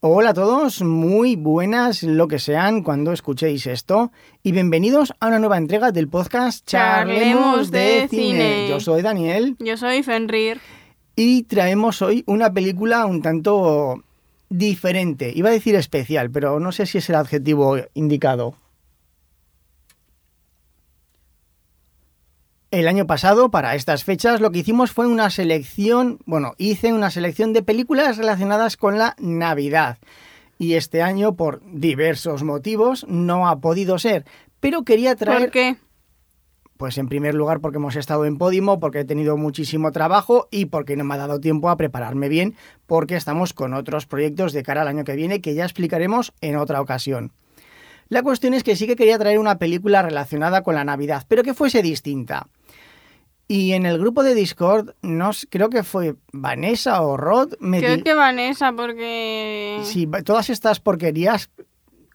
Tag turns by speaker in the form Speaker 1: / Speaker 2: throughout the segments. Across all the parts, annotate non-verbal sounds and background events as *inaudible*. Speaker 1: Hola a todos, muy buenas lo que sean cuando escuchéis esto y bienvenidos a una nueva entrega del podcast
Speaker 2: Charlemos de Cine.
Speaker 1: Yo soy Daniel
Speaker 2: Yo soy Fenrir.
Speaker 1: y traemos hoy una película un tanto diferente. Iba a decir especial, pero no sé si es el adjetivo indicado. El año pasado, para estas fechas, lo que hicimos fue una selección, bueno, hice una selección de películas relacionadas con la Navidad. Y este año, por diversos motivos, no ha podido ser. Pero quería traer...
Speaker 2: ¿Por qué?
Speaker 1: Pues en primer lugar porque hemos estado en Podimo, porque he tenido muchísimo trabajo y porque no me ha dado tiempo a prepararme bien, porque estamos con otros proyectos de cara al año que viene que ya explicaremos en otra ocasión. La cuestión es que sí que quería traer una película relacionada con la Navidad, pero que fuese distinta. Y en el grupo de Discord, no sé, creo que fue Vanessa o Rod, me
Speaker 2: Creo
Speaker 1: di-
Speaker 2: que Vanessa, porque.
Speaker 1: Sí, va- todas estas porquerías,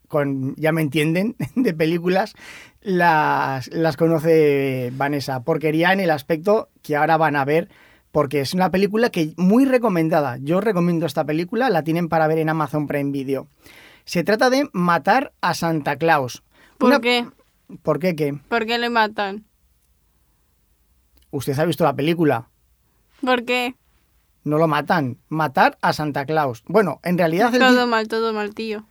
Speaker 1: con, ya me entienden, *laughs* de películas, las, las conoce Vanessa. Porquería en el aspecto que ahora van a ver, porque es una película que muy recomendada. Yo recomiendo esta película, la tienen para ver en Amazon Prime Video. Se trata de Matar a Santa Claus.
Speaker 2: ¿Por
Speaker 1: Una-
Speaker 2: qué?
Speaker 1: ¿Por qué qué?
Speaker 2: ¿Por qué le matan?
Speaker 1: Usted ha visto la película.
Speaker 2: ¿Por qué?
Speaker 1: No lo matan. Matar a Santa Claus. Bueno, en realidad... el ti-
Speaker 2: Todo mal, todo mal, tío.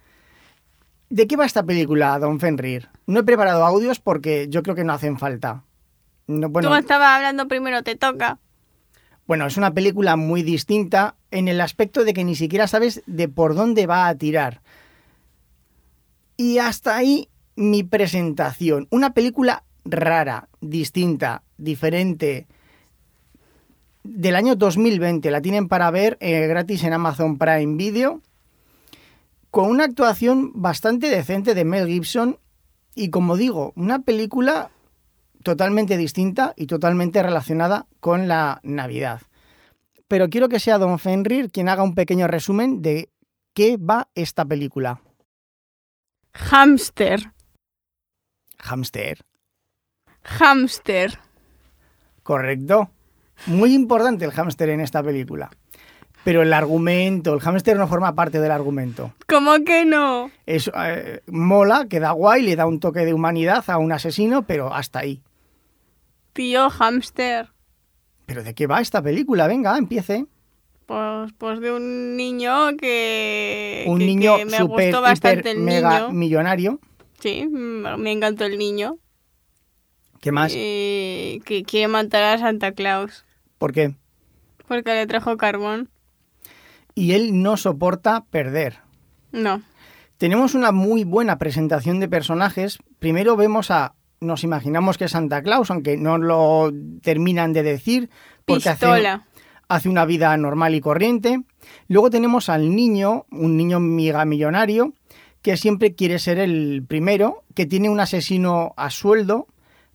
Speaker 1: ¿De qué va esta película, Don Fenrir? No he preparado audios porque yo creo que no hacen falta. No,
Speaker 2: Tú
Speaker 1: bueno,
Speaker 2: estabas hablando primero, te toca.
Speaker 1: bueno, es una película muy distinta en el aspecto de que ni siquiera sabes de por dónde va a tirar. Y hasta ahí mi presentación. Una película rara, distinta, diferente. Del año 2020. La tienen para ver eh, gratis en Amazon Prime Video. Con una actuación bastante decente de Mel Gibson. Y como digo, una película totalmente distinta y totalmente relacionada con la Navidad. Pero quiero que sea Don Fenrir quien haga un pequeño resumen de qué va esta película.
Speaker 2: Hamster.
Speaker 1: Hamster.
Speaker 2: Hamster.
Speaker 1: Correcto. Muy importante el hámster en esta película. Pero el argumento, el hámster no forma parte del argumento.
Speaker 2: ¿Cómo que no?
Speaker 1: Es eh, mola, queda guay, le da un toque de humanidad a un asesino, pero hasta ahí.
Speaker 2: Tío, hamster.
Speaker 1: ¿Pero de qué va esta película? Venga, empiece.
Speaker 2: Pues, pues de un niño que.
Speaker 1: Un
Speaker 2: Eh, que-
Speaker 1: niño
Speaker 2: que me
Speaker 1: super,
Speaker 2: gustó
Speaker 1: hiper,
Speaker 2: bastante el
Speaker 1: mega
Speaker 2: niño.
Speaker 1: millonario.
Speaker 2: Sí, me me encantó el niño.
Speaker 1: ¿Qué más?
Speaker 2: Eh, que quiere matar a Santa Claus.
Speaker 1: ¿Por qué?
Speaker 2: Porque le trajo carbón.
Speaker 1: Y él no soporta perder.
Speaker 2: No.
Speaker 1: Tenemos una muy buena presentación de personajes. Primero vemos a. Nos imaginamos que es Santa Claus, aunque no lo terminan de decir. Porque hace-
Speaker 2: Pistola.
Speaker 1: hace una vida normal y corriente. Luego tenemos al niño, un niño mega millonario, que siempre quiere ser el primero, que tiene un asesino a sueldo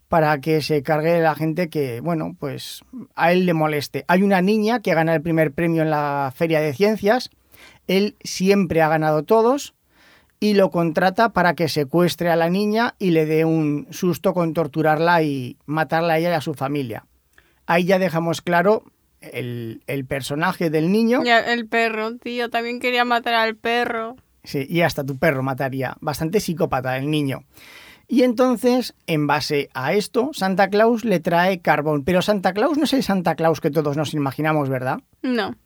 Speaker 1: para que se cargue la gente que, bueno, pues a él le moleste. Hay una niña que gana el primer premio en la Feria de Ciencias, él siempre ha ganado todos y lo contrata para que secuestre a la niña y le dé un susto con torturarla y matarla a ella y a su familia. Ahí ya dejamos claro el, el personaje del niño
Speaker 2: Ya, el perro, tío. También quería matar al perro.
Speaker 1: Sí, y hasta tu perro mataría. Bastante psicópata el niño. Y entonces, en base a esto, Santa Claus le trae carbón. Pero Santa Claus no es el Santa Claus que todos nos imaginamos, ¿verdad?
Speaker 2: No.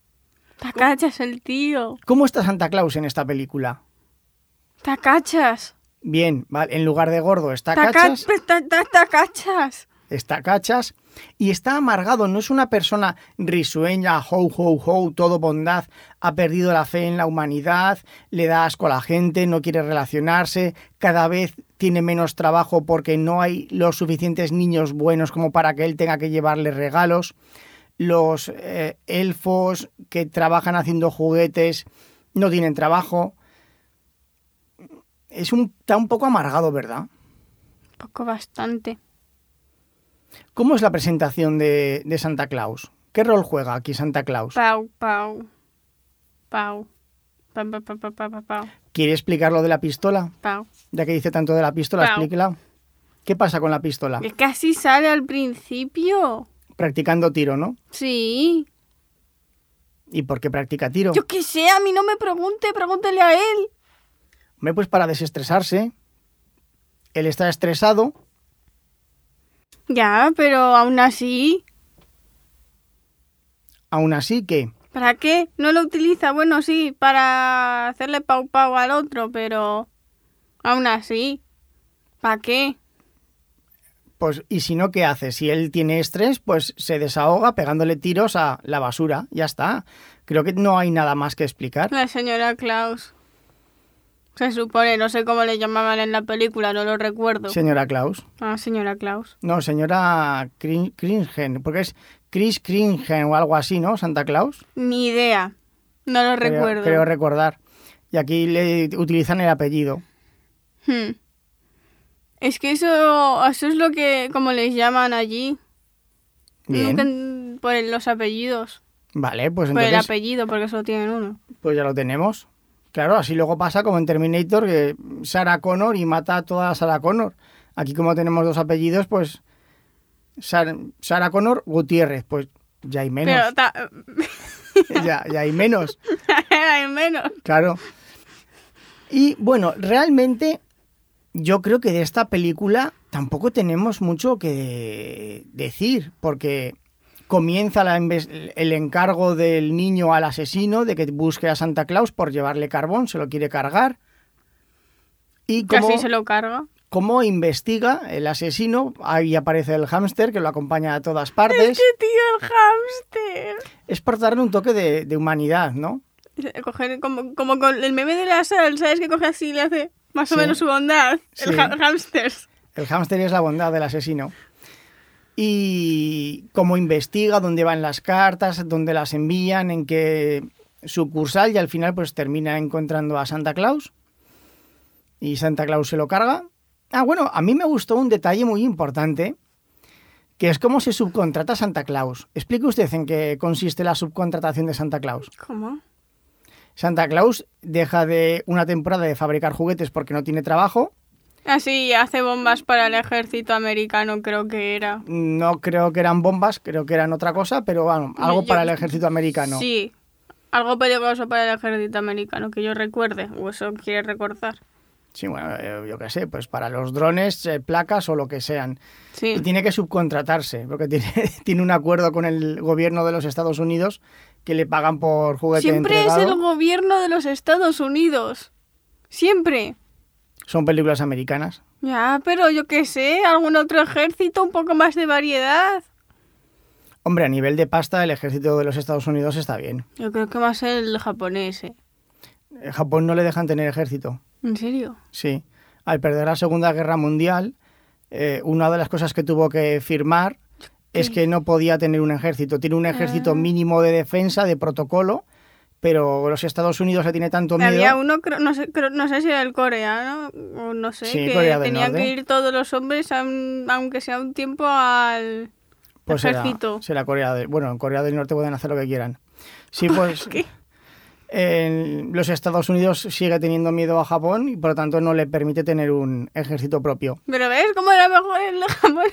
Speaker 2: Te cachas el tío.
Speaker 1: ¿Cómo está Santa Claus en esta película?
Speaker 2: Te cachas.
Speaker 1: Bien, vale, en lugar de gordo está
Speaker 2: Te
Speaker 1: cachas,
Speaker 2: cachas.
Speaker 1: está cachas y está amargado, no es una persona risueña, ho, ho, ho, todo bondad, ha perdido la fe en la humanidad, le da asco a la gente, no quiere relacionarse, cada vez tiene menos trabajo porque no hay los suficientes niños buenos como para que él tenga que llevarle regalos. Los eh, elfos que trabajan haciendo juguetes no tienen trabajo. Es un, está un poco amargado, ¿verdad?
Speaker 2: Poco bastante.
Speaker 1: ¿Cómo es la presentación de, de Santa Claus? ¿Qué rol juega aquí Santa Claus?
Speaker 2: Pau, pau. Pau. Pau, pau, pau, pau, pau, pau.
Speaker 1: ¿Quiere explicar lo de la pistola?
Speaker 2: pau.
Speaker 1: Ya que dice tanto de la pistola,
Speaker 2: Pau.
Speaker 1: explíquela. ¿Qué pasa con la pistola?
Speaker 2: Que casi sale al principio.
Speaker 1: Practicando tiro, ¿no?
Speaker 2: Sí.
Speaker 1: ¿Y por qué practica tiro?
Speaker 2: Yo qué sé, a mí no me pregunte, pregúntele a él.
Speaker 1: Hombre, pues para desestresarse. Él está estresado.
Speaker 2: Ya, pero aún así,
Speaker 1: Aún así que,
Speaker 2: ¿para qué? No lo utiliza, bueno, sí, para hacerle pau pau al otro, pero aún así, ¿para qué?
Speaker 1: pues, ¿y si no, qué hace? Si él tiene estrés, pues se desahoga pegándole tiros a la basura. Ya está. Creo que no hay nada más que explicar.
Speaker 2: La señora Klaus. Se supone, no sé cómo le llamaban en la película, no lo recuerdo.
Speaker 1: Señora Klaus.
Speaker 2: Ah, señora Klaus.
Speaker 1: No, señora Crin- Cringen, porque es Chris Cringen o algo así, ¿no? Santa Claus.
Speaker 2: Ni idea. No lo
Speaker 1: Creo-
Speaker 2: recuerdo.
Speaker 1: Creo recordar. Y aquí le utilizan el apellido.
Speaker 2: Hmm. Es que eso, eso es lo que, como les llaman allí,
Speaker 1: Bien.
Speaker 2: Nunca en- por el- los apellidos,
Speaker 1: Vale, pues
Speaker 2: por el
Speaker 1: entonces
Speaker 2: apellido, porque solo tienen uno.
Speaker 1: pues ya lo tenemos. Claro, así luego pasa como en Terminator que Sarah Connor y mata a toda Sarah Connor. Aquí como tenemos dos apellidos, pues Sar- Sarah Connor Gutiérrez, pues ya hay menos.
Speaker 2: Pero ta-
Speaker 1: *laughs*
Speaker 2: *laughs*
Speaker 1: Ya, ya hay menos.
Speaker 2: hay menos.
Speaker 1: Claro. Y bueno, realmente yo creo que de esta película tampoco tenemos mucho que decir, porque comienza la inves- el encargo del niño al asesino de que busque a Santa Claus por llevarle carbón, se lo quiere cargar. Y como,
Speaker 2: Casi se lo carga.
Speaker 1: como investiga el asesino, ahí aparece el hámster que lo acompaña a todas partes.
Speaker 2: ¡Qué tío el
Speaker 1: Es por darle un toque de, de humanidad, ¿no?
Speaker 2: hámster! *laughs* Coger como, como con el meme de la sal, ¿sabes? Que coge así y le hace más o
Speaker 1: Sí.
Speaker 2: menos su bondad.
Speaker 1: Sí.
Speaker 2: El ha- hámster.
Speaker 1: El hámster es la bondad del asesino. Y cómo investiga, dónde van las cartas, dónde las envían, en qué sucursal y al final pues termina encontrando a Santa Claus. Y Santa Claus se lo carga. Ah, bueno, a mí me gustó un detalle muy importante, que es cómo se subcontrata Santa Claus. Explique usted en qué consiste la subcontratación de Santa Claus.
Speaker 2: ¿Cómo?
Speaker 1: Santa Claus deja de una temporada de fabricar juguetes porque no tiene trabajo.
Speaker 2: Así hace bombas para el ejército americano, creo que era.
Speaker 1: No creo que eran bombas, creo que eran otra cosa, pero bueno, algo
Speaker 2: Yo-
Speaker 1: para el ejército americano.
Speaker 2: Sí, algo peligroso para el ejército americano, que yo recuerde, o eso quiere recordar.
Speaker 1: Sí, bueno, eh, yo qué sé, pues para los drones, eh, placas o lo que sean.
Speaker 2: Sí,
Speaker 1: Y tiene que subcontratarse, porque tiene, *laughs* tiene un acuerdo con el gobierno de los Estados Unidos que le pagan por juguete
Speaker 2: siempre es
Speaker 1: entregado.
Speaker 2: el gobierno de los Estados Unidos. Siempre.
Speaker 1: Son películas americanas.
Speaker 2: Ya, pero yo qué sé, algún otro ejército, un poco más de variedad.
Speaker 1: Hombre, a nivel de pasta, el ejército de los Estados Unidos está bien.
Speaker 2: Yo creo que más el japonés, ¿eh?
Speaker 1: En Japón no le dejan tener ejército.
Speaker 2: ¿En serio?
Speaker 1: Sí, al perder la Segunda Guerra Mundial, eh, una de las cosas que tuvo que firmar es
Speaker 2: ¿Qué?
Speaker 1: que no podía tener un ejército. Tiene un ejército
Speaker 2: Ah.
Speaker 1: mínimo de defensa, de protocolo, pero los Estados Unidos le tiene tanto miedo.
Speaker 2: Había uno, creo- no, sé, creo- no sé si era el coreano, o no sé,
Speaker 1: Sí,
Speaker 2: que
Speaker 1: Corea del
Speaker 2: tenían
Speaker 1: Norte.
Speaker 2: que ir todos los hombres, a un- aunque sea un tiempo, al...
Speaker 1: pues será,
Speaker 2: ejército.
Speaker 1: será Corea del Bueno, en Corea del Norte pueden hacer lo que quieran. Sí, pues
Speaker 2: ¿Qué?
Speaker 1: en los Estados Unidos sigue teniendo miedo a Japón y por lo tanto no le permite tener un ejército propio.
Speaker 2: Pero ves cómo era mejor el japonés.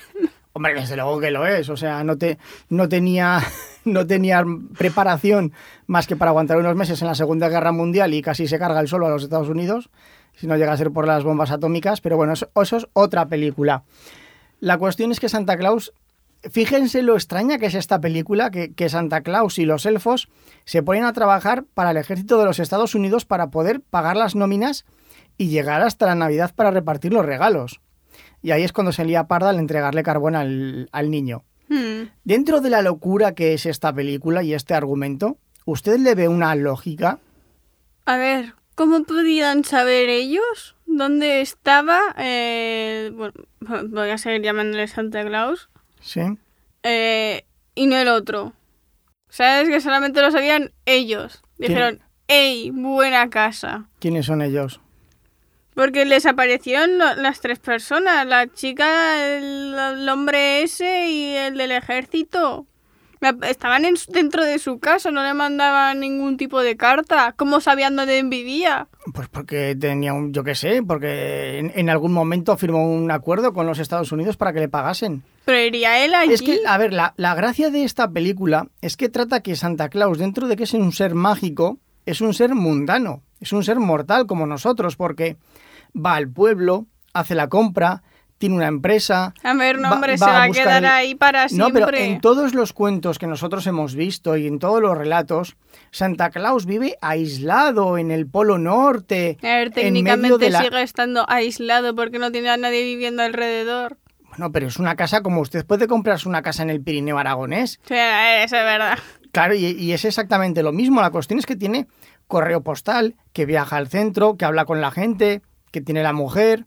Speaker 1: Hombre, desde luego que lo es. O sea, no, te, no, tenía, *laughs* no tenía preparación más que para aguantar unos meses en la Segunda Guerra Mundial y casi se carga el solo a los Estados Unidos, si no llega a ser por las bombas atómicas. Pero bueno, eso, eso es otra película. La cuestión es que Santa Claus, fíjense lo extraña que es esta película, que, que Santa Claus y los elfos se ponen a trabajar para el ejército de los Estados Unidos para poder pagar las nóminas y llegar hasta la Navidad para repartir los regalos. Y ahí es cuando se lía parda al entregarle carbón al, al niño.
Speaker 2: *laughs* Hmm.
Speaker 1: Dentro de la locura que es esta película y este argumento, ¿usted le ve una lógica?
Speaker 2: A ver, ¿cómo podían saber ellos dónde estaba? eh, bueno, *laughs* voy a seguir llamándole Santa Claus.
Speaker 1: Sí.
Speaker 2: eh, y no el otro. ¿Sabes? Que solamente lo sabían ellos. Dijeron, ¡Ey, buena casa!
Speaker 1: ¿Quiénes son ellos?
Speaker 2: Porque les aparecieron lo- las tres personas, la chica, el, el hombre ese y el del ejército. Me ap- Estaban en su- dentro de su casa, no le mandaban ningún tipo de carta. ¿Cómo sabían dónde vivía?
Speaker 1: Pues porque tenía un, yo qué sé, porque en, en algún momento firmó un acuerdo con los Estados Unidos para que le pagasen.
Speaker 2: Pero iría él allí.
Speaker 1: Es que, ah, a ver, la, la gracia de esta película es que trata que Santa Claus, dentro de que es un ser mágico, es un ser mundano, es un ser mortal como nosotros, porque va al pueblo, hace la compra, tiene una empresa.
Speaker 2: A ver, no,
Speaker 1: va-
Speaker 2: hombre,
Speaker 1: va
Speaker 2: se
Speaker 1: a
Speaker 2: va a
Speaker 1: buscar
Speaker 2: quedar
Speaker 1: el-
Speaker 2: ahí para
Speaker 1: No,
Speaker 2: siempre.
Speaker 1: pero en todos los cuentos que nosotros hemos visto y en todos los relatos, Santa Claus vive aislado en el Polo Norte.
Speaker 2: A ver,
Speaker 1: en medio de
Speaker 2: técnicamente
Speaker 1: la-
Speaker 2: sigue estando aislado porque no tiene a nadie viviendo alrededor.
Speaker 1: Bueno, pero es una casa como usted puede comprarse una casa en el Pirineo Aragonés.
Speaker 2: O sea, a ver, eso es verdad. *laughs*
Speaker 1: Claro, y, y es exactamente lo mismo. La cuestión es que tiene correo postal, que viaja al centro, que habla con la gente, que tiene la mujer.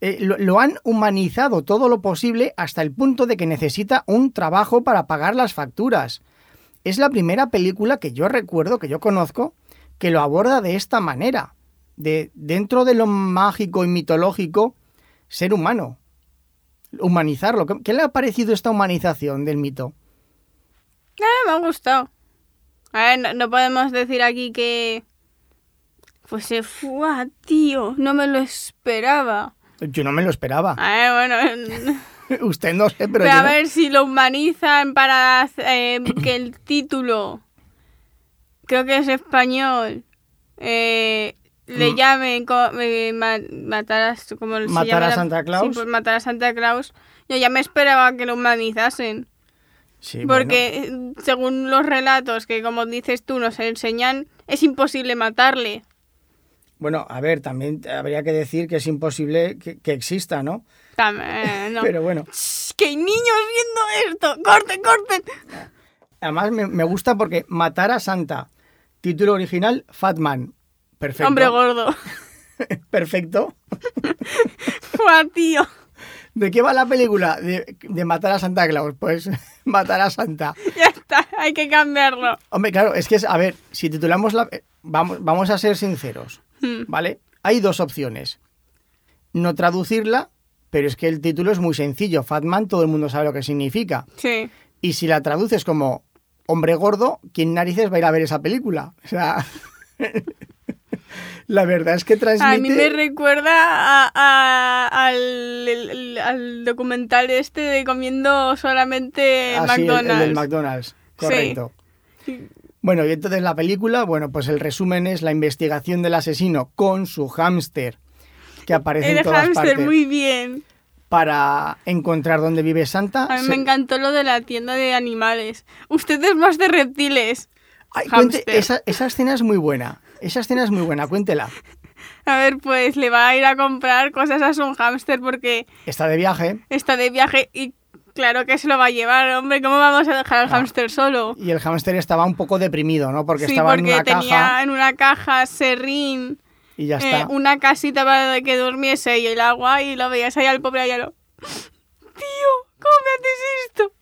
Speaker 1: Eh, lo, lo han humanizado todo lo posible hasta el punto de que necesita un trabajo para pagar las facturas. Es la primera película que yo recuerdo, que yo conozco, que lo aborda de esta manera. De dentro de lo mágico y mitológico, ser humano. Humanizarlo. ¿Qué- qué le ha parecido esta humanización del mito?
Speaker 2: Eh, me ha gustado. A ver, no, no podemos decir aquí que... Pues se fue, tío. No me lo esperaba.
Speaker 1: Yo no me lo esperaba.
Speaker 2: A ver, bueno... *laughs*
Speaker 1: *laughs* Usted no sé, pero,
Speaker 2: Pero
Speaker 1: yo
Speaker 2: a
Speaker 1: no-
Speaker 2: ver si lo humanizan para hacer,
Speaker 1: *clears throat*
Speaker 2: eh, que el título, creo que es español, eh, le
Speaker 1: Mm.
Speaker 2: llamen co- eh, ma- matar a, s- ¿cómo se
Speaker 1: ¿Matar
Speaker 2: llama
Speaker 1: a
Speaker 2: la-
Speaker 1: Santa Claus?
Speaker 2: Sí, pues matar a Santa Claus. Yo ya me esperaba que lo humanizasen.
Speaker 1: Sí,
Speaker 2: porque eh, según los relatos que, como dices tú, nos enseñan, es imposible matarle.
Speaker 1: bueno, bueno, a ver, también habría que decir que es imposible que, que exista, ¿no? *laughs*
Speaker 2: Tam- eh, no.
Speaker 1: Pero bueno,
Speaker 2: Shh, ¡Que hay niños viendo esto! ¡Corten, corten!
Speaker 1: además me, me gusta porque Matar a Santa, título original, Fat Man. Perfecto.
Speaker 2: Hombre gordo.
Speaker 1: *laughs*
Speaker 2: *laughs*
Speaker 1: Perfecto.
Speaker 2: ¡Fua, tío!
Speaker 1: ¿De qué va la película? De, de Matar a Santa Claus. Pues *laughs* Matar a Santa.
Speaker 2: *laughs* Ya está, hay que cambiarlo.
Speaker 1: Hombre, claro, es que es, a ver, si titulamos la... eh, Vamos, vamos a ser sinceros,
Speaker 2: Hmm.
Speaker 1: ¿vale? Hay dos opciones. No traducirla, pero es que el título es muy sencillo. Fatman, todo el mundo sabe lo que significa.
Speaker 2: Sí.
Speaker 1: Y si la traduces como hombre gordo, ¿quién narices va a ir a ver esa película? O sea, *laughs* la verdad es que transmite...
Speaker 2: A mí me recuerda a- a- al, el- al documental este de comiendo solamente
Speaker 1: Ah, sí, el- el
Speaker 2: McDonald's.
Speaker 1: del McDonald's, correcto. Bueno, y entonces la película, bueno, pues el resumen es la investigación del asesino con su hámster, que aparece en
Speaker 2: El
Speaker 1: todas
Speaker 2: hámster,
Speaker 1: partes,
Speaker 2: muy bien.
Speaker 1: para encontrar dónde vive Santa.
Speaker 2: A mí
Speaker 1: Se-
Speaker 2: me encantó lo de la tienda de animales. Usted es más de reptiles.
Speaker 1: Ay, cuente-
Speaker 2: hámster.
Speaker 1: esa, esa escena es muy buena, esa escena es muy buena, cuéntela.
Speaker 2: A ver, pues le va a ir a comprar cosas a su hámster porque
Speaker 1: Está de viaje
Speaker 2: está de viaje y claro que se lo va a llevar, hombre. ¿Cómo vamos a dejar al
Speaker 1: Ah.
Speaker 2: hámster solo?
Speaker 1: y el hámster estaba un poco deprimido, ¿no? Porque
Speaker 2: sí,
Speaker 1: estaba
Speaker 2: porque
Speaker 1: en una
Speaker 2: tenía
Speaker 1: caja
Speaker 2: en una caja serrín.
Speaker 1: y ya
Speaker 2: eh,
Speaker 1: está.
Speaker 2: una casita para que durmiese y el agua y lo veías ahí al pobre allá lo... *laughs* Tío, ¿cómo me haces esto?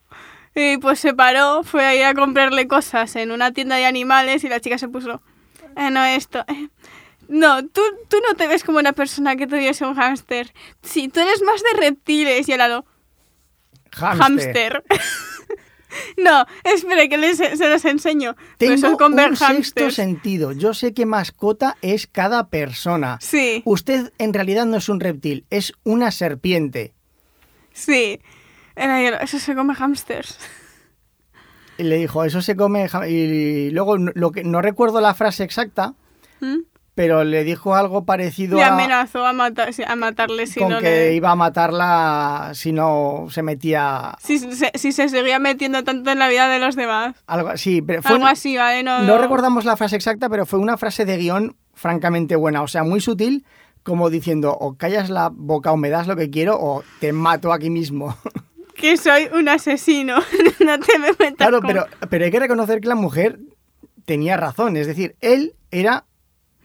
Speaker 2: Y pues se paró, fue a ir a comprarle cosas en una tienda de animales y la chica se puso... "Ah, no, esto... eh, No, tú, tú no te ves como una persona que tuviese un hámster. Sí, tú eres más de reptiles y el lado... Hámster. *laughs* no, espere que les, se los enseño.
Speaker 1: Tengo
Speaker 2: Pues son con ver
Speaker 1: un sexto
Speaker 2: hámsters.
Speaker 1: sentido. Yo sé que mascota es cada persona.
Speaker 2: Sí.
Speaker 1: Usted en realidad no es un reptil, es una serpiente.
Speaker 2: Sí. Era yo, eso se come hamsters.
Speaker 1: Y le dijo, eso se come... ja-". Y luego, no- lo que, no recuerdo la frase exacta, pero le dijo algo parecido
Speaker 2: ¿Mm? Le
Speaker 1: a...
Speaker 2: amenazó a, matar, a matarle si
Speaker 1: con
Speaker 2: no
Speaker 1: que
Speaker 2: le...
Speaker 1: iba a matarla si no se metía...
Speaker 2: Si se, si se seguía metiendo tanto en la vida de los demás.
Speaker 1: Algo así. Pero fue-
Speaker 2: Algo así, ¿vale? No,
Speaker 1: No recordamos la frase exacta, pero fue una frase de guión francamente buena, o sea, muy sutil, como diciendo, o callas la boca o me das lo que quiero o te mato aquí mismo.
Speaker 2: Que soy un asesino. *laughs* no te me metas
Speaker 1: *laughs* Claro,
Speaker 2: con-
Speaker 1: pero, pero hay que reconocer que la mujer tenía razón, es decir, él era...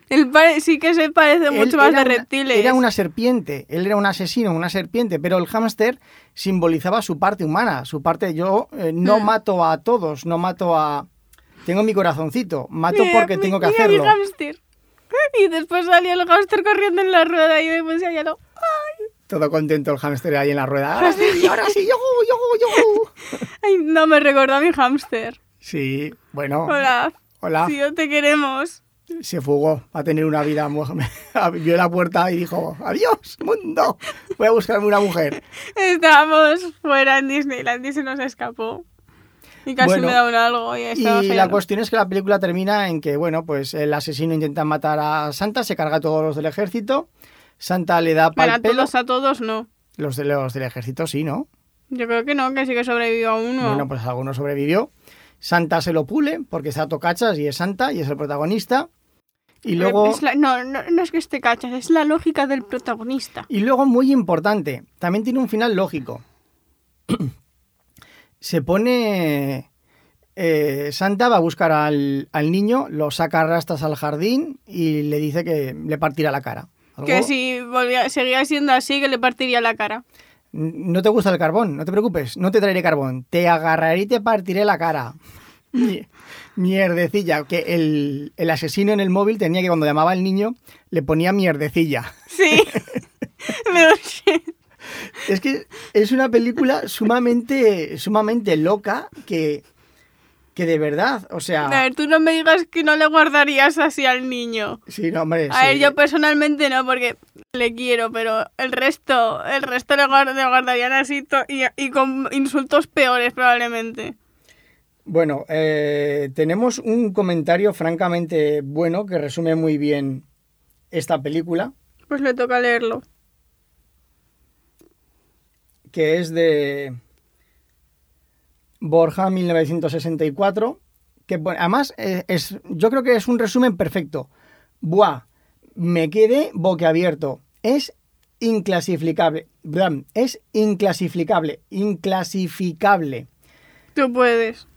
Speaker 2: Él pare- sí que se parece
Speaker 1: él
Speaker 2: mucho más
Speaker 1: era
Speaker 2: de
Speaker 1: una-
Speaker 2: reptiles.
Speaker 1: Era una serpiente, él era un asesino, una serpiente, pero el hámster simbolizaba su parte humana, su parte yo eh, no
Speaker 2: Mm.
Speaker 1: mato a todos, no mato a... Tengo mi corazoncito, mato
Speaker 2: Mira,
Speaker 1: porque
Speaker 2: mi-
Speaker 1: tengo que
Speaker 2: mira mi
Speaker 1: hacerlo.
Speaker 2: hámster. Y después salió el hámster corriendo en la rueda y después ya lo... ¡Ay!
Speaker 1: Todo contento el hámster ahí en la
Speaker 2: *laughs*
Speaker 1: rueda. Ahora sí, ahora sí, yo, yo, yo.
Speaker 2: Ay, no me recordó a mi hámster.
Speaker 1: Sí, bueno.
Speaker 2: Hola.
Speaker 1: Hola.
Speaker 2: Si yo te queremos.
Speaker 1: Se fugó a tener una vida. mu- *laughs* Vio la puerta y dijo: Adiós, mundo. Voy a buscarme una mujer.
Speaker 2: Estábamos fuera en Disneyland y se nos escapó. Y casi
Speaker 1: Bueno,
Speaker 2: me da un algo y
Speaker 1: Y
Speaker 2: estaba
Speaker 1: la
Speaker 2: fallando.
Speaker 1: cuestión es que la película termina en que, bueno, pues el asesino intenta matar a Santa, se carga a todos los del ejército. Santa le da
Speaker 2: Para
Speaker 1: pal pelo.
Speaker 2: todos, a todos no.
Speaker 1: Los, de, los del ejército sí, ¿no?
Speaker 2: Yo creo que no, que sí que sobrevivió a uno.
Speaker 1: Bueno, pues alguno sobrevivió. Santa se lo pule porque está tocachas y es Santa y es el protagonista. Y
Speaker 2: Eh,
Speaker 1: luego,
Speaker 2: es la- no, no, no es que esté cachas, es la lógica del protagonista.
Speaker 1: y luego, muy importante, también tiene un final lógico. *clears throat* Se pone... eh, Santa va a buscar al, al niño, lo saca a rastas al jardín y le dice que le partirá la cara. Algo-
Speaker 2: Que si volvía, seguía siendo así, que le partiría la cara.
Speaker 1: N- No te gusta el carbón, no te preocupes, no te traeré carbón. Te agarraré y te partiré la cara. *laughs* Mi- Mierdecilla, que el, el asesino en el móvil tenía que cuando llamaba al niño le ponía mierdecilla.
Speaker 2: Sí. *laughs*
Speaker 1: *laughs*
Speaker 2: Me
Speaker 1: Ah.
Speaker 2: lo sé.
Speaker 1: Es que es una película sumamente, sumamente loca que, que de verdad, o
Speaker 2: A
Speaker 1: sea...
Speaker 2: ver, tú no me digas que no le guardarías así al niño.
Speaker 1: Sí, no, hombre,
Speaker 2: A ver,
Speaker 1: sí.
Speaker 2: yo personalmente no, porque le quiero, pero el resto, el resto le, guard- le guardarían así to- y, y con insultos peores probablemente.
Speaker 1: Bueno, eh, tenemos un comentario francamente bueno que resume muy bien esta película.
Speaker 2: Pues le toca leerlo.
Speaker 1: que es de Borja 1964, que pone- además eh, es, yo creo que es un resumen perfecto. Buah, me quedé boquiabierto. Es inclasificable. Blam, Es inclasificable. Inclasificable.
Speaker 2: Tú puedes.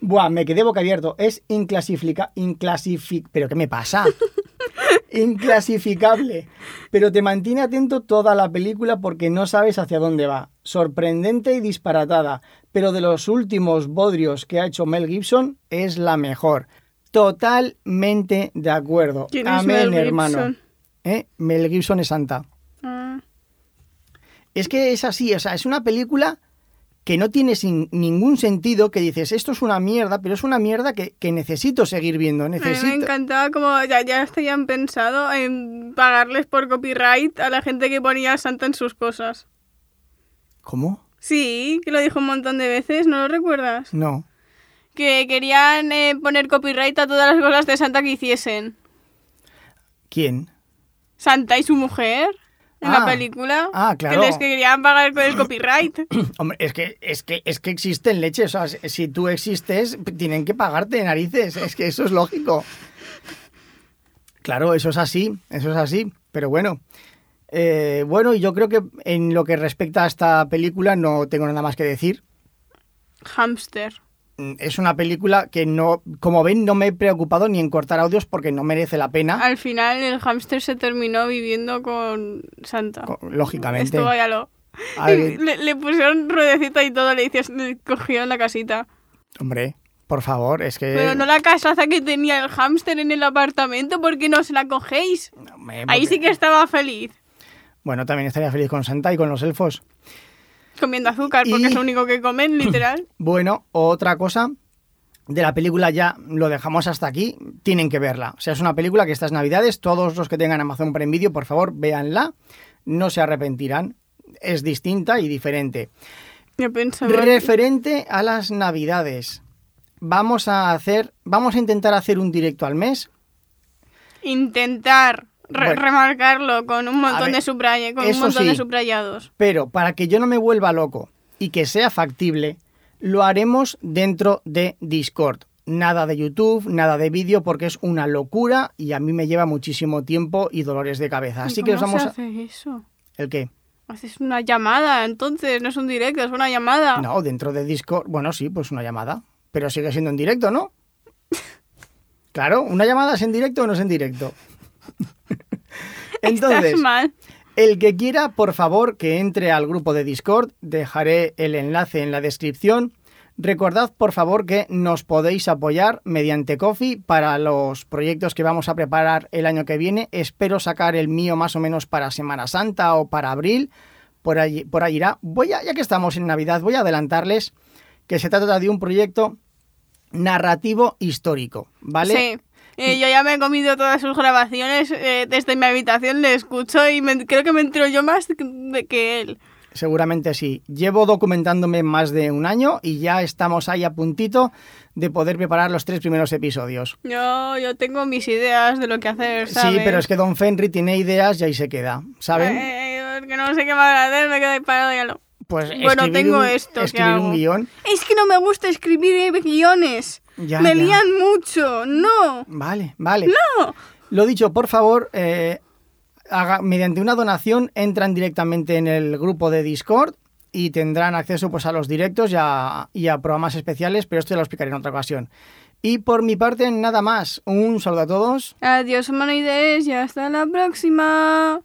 Speaker 1: Buah, me quedé boquiabierto. Es inclasifica, inclasific... ¿Pero qué me
Speaker 2: *laughs*
Speaker 1: pasa? Inclasificable. Pero te mantiene atento toda la película porque no sabes hacia dónde va. Sorprendente y disparatada. Pero de los últimos bodrios que ha hecho Mel Gibson, es la mejor. Totalmente de acuerdo.
Speaker 2: ¿Quién es
Speaker 1: Amén,
Speaker 2: Mel
Speaker 1: hermano.
Speaker 2: Gibson?
Speaker 1: ¿Eh? Mel Gibson es santa.
Speaker 2: Ah.
Speaker 1: Es que es así, o sea, es una película que no tiene sin- ningún sentido, que dices, esto es una mierda, pero es una mierda que, que necesito seguir viendo,
Speaker 2: A mí me
Speaker 1: necesito...
Speaker 2: encantaba como ya, ya hasta ya han pensado en pagarles por copyright a la gente que ponía Santa en sus cosas.
Speaker 1: ¿Cómo?
Speaker 2: Sí, que lo dijo un montón de veces, ¿no lo recuerdas?
Speaker 1: No.
Speaker 2: Que querían eh, poner copyright a todas las cosas de Santa que hiciesen. *laughs*
Speaker 1: ¿Quién?
Speaker 2: Santa y su mujer en
Speaker 1: Ah.
Speaker 2: la película.
Speaker 1: Ah, claro.
Speaker 2: Que les querían pagar con
Speaker 1: *coughs*
Speaker 2: el copyright.
Speaker 1: Hombre, es que, es que, es que existen leches, o sea, si- si tú existes, p- tienen que pagarte narices, es que eso es lógico. Claro, eso es así, eso es así, pero bueno. Eh, bueno, yo creo que en lo que respecta a esta película no tengo nada más que decir.
Speaker 2: Hamster.
Speaker 1: Mm, es una película que no, como ven, no me he preocupado ni en cortar audios porque no merece la pena,
Speaker 2: Al final el hamster se terminó viviendo con Santa.
Speaker 1: co- lógicamente.
Speaker 2: Esto váyalo.
Speaker 1: Alguien-
Speaker 2: *laughs* Le, le pusieron ruedecita y todo, le, hicieron- le cogieron la casita.
Speaker 1: hombre, por favor, es que
Speaker 2: Pero no la casaza que tenía el hámster en el apartamento, ¿por qué no se la cogéis?
Speaker 1: Hombre,
Speaker 2: Ahí
Speaker 1: porque-
Speaker 2: sí que estaba feliz.
Speaker 1: Bueno, también estaría feliz con Santa y con los elfos.
Speaker 2: Comiendo azúcar, porque
Speaker 1: Y-
Speaker 2: es lo único que
Speaker 1: *coughs*
Speaker 2: comen, literal.
Speaker 1: Bueno, otra cosa de la película ya lo dejamos hasta aquí, tienen que verla. O sea, es una película que estas navidades, todos los que tengan Amazon Prime Video, por favor, véanla, no se arrepentirán. Es distinta y diferente.
Speaker 2: Yo pensaba.
Speaker 1: Referente a las navidades. Vamos a hacer, vamos a intentar hacer un directo al mes.
Speaker 2: Intentar re-
Speaker 1: Bueno.
Speaker 2: remarcarlo con un
Speaker 1: A
Speaker 2: montón,
Speaker 1: ver,
Speaker 2: de, subraya- con un
Speaker 1: eso
Speaker 2: montón de
Speaker 1: sí.
Speaker 2: subrayados.
Speaker 1: Pero para que yo no me vuelva loco y que sea factible, lo haremos dentro de Discord. Nada de YouTube, nada de vídeo, porque es una locura y a mí me lleva muchísimo tiempo y dolores de cabeza. Así
Speaker 2: ¿Y
Speaker 1: que nos
Speaker 2: cómo
Speaker 1: vamos
Speaker 2: se
Speaker 1: a...
Speaker 2: hace eso?
Speaker 1: ¿El qué?
Speaker 2: Haces una llamada, entonces, no es un directo, es una llamada.
Speaker 1: No, dentro de Discord... Bueno, sí, pues una llamada. Pero sigue siendo en directo, ¿no?
Speaker 2: *laughs*
Speaker 1: Claro, una llamada es en directo o no es en directo. Entonces...
Speaker 2: *laughs* Estás mal.
Speaker 1: El que quiera, por favor, que entre al grupo de Discord. Dejaré el enlace en la descripción. Recordad, por favor, que nos podéis apoyar mediante Coffee para los proyectos que vamos a preparar el año que viene. Espero sacar el mío más o menos para Semana Santa o para abril. Por allí, por ahí irá. Voy a, ya que estamos en Navidad, voy a adelantarles que se trata de un proyecto narrativo histórico, ¿vale?
Speaker 2: Sí. Eh, yo ya me he comido todas sus grabaciones eh, desde mi habitación, le escucho y me- creo que me entero yo más que- de que él.
Speaker 1: Seguramente sí. Llevo documentándome más de un año y ya estamos ahí a puntito de poder preparar los tres primeros episodios.
Speaker 2: Yo, yo tengo mis ideas de lo que hacer, ¿sabes?
Speaker 1: Sí, pero es que Don Fenry tiene ideas y ahí se queda, ¿saben?
Speaker 2: Eh, eh, porque no sé qué va a hacer, me quedo ahí parado y ya lo...
Speaker 1: pues
Speaker 2: bueno,
Speaker 1: escribir
Speaker 2: tengo
Speaker 1: un-
Speaker 2: esto que
Speaker 1: escribir
Speaker 2: hago.
Speaker 1: un guión.
Speaker 2: Es que no me gusta escribir eh, guiones.
Speaker 1: Ya,
Speaker 2: me
Speaker 1: ya.
Speaker 2: lían mucho. No.
Speaker 1: Vale, vale.
Speaker 2: No.
Speaker 1: Lo dicho, por favor, eh, haga- mediante una donación entran directamente en el grupo de Discord y tendrán acceso pues, a los directos y a, y a programas especiales, pero esto ya lo explicaré en otra ocasión. Y por mi parte, nada más. Un saludo a todos.
Speaker 2: Adiós, humanoides. Y hasta la próxima.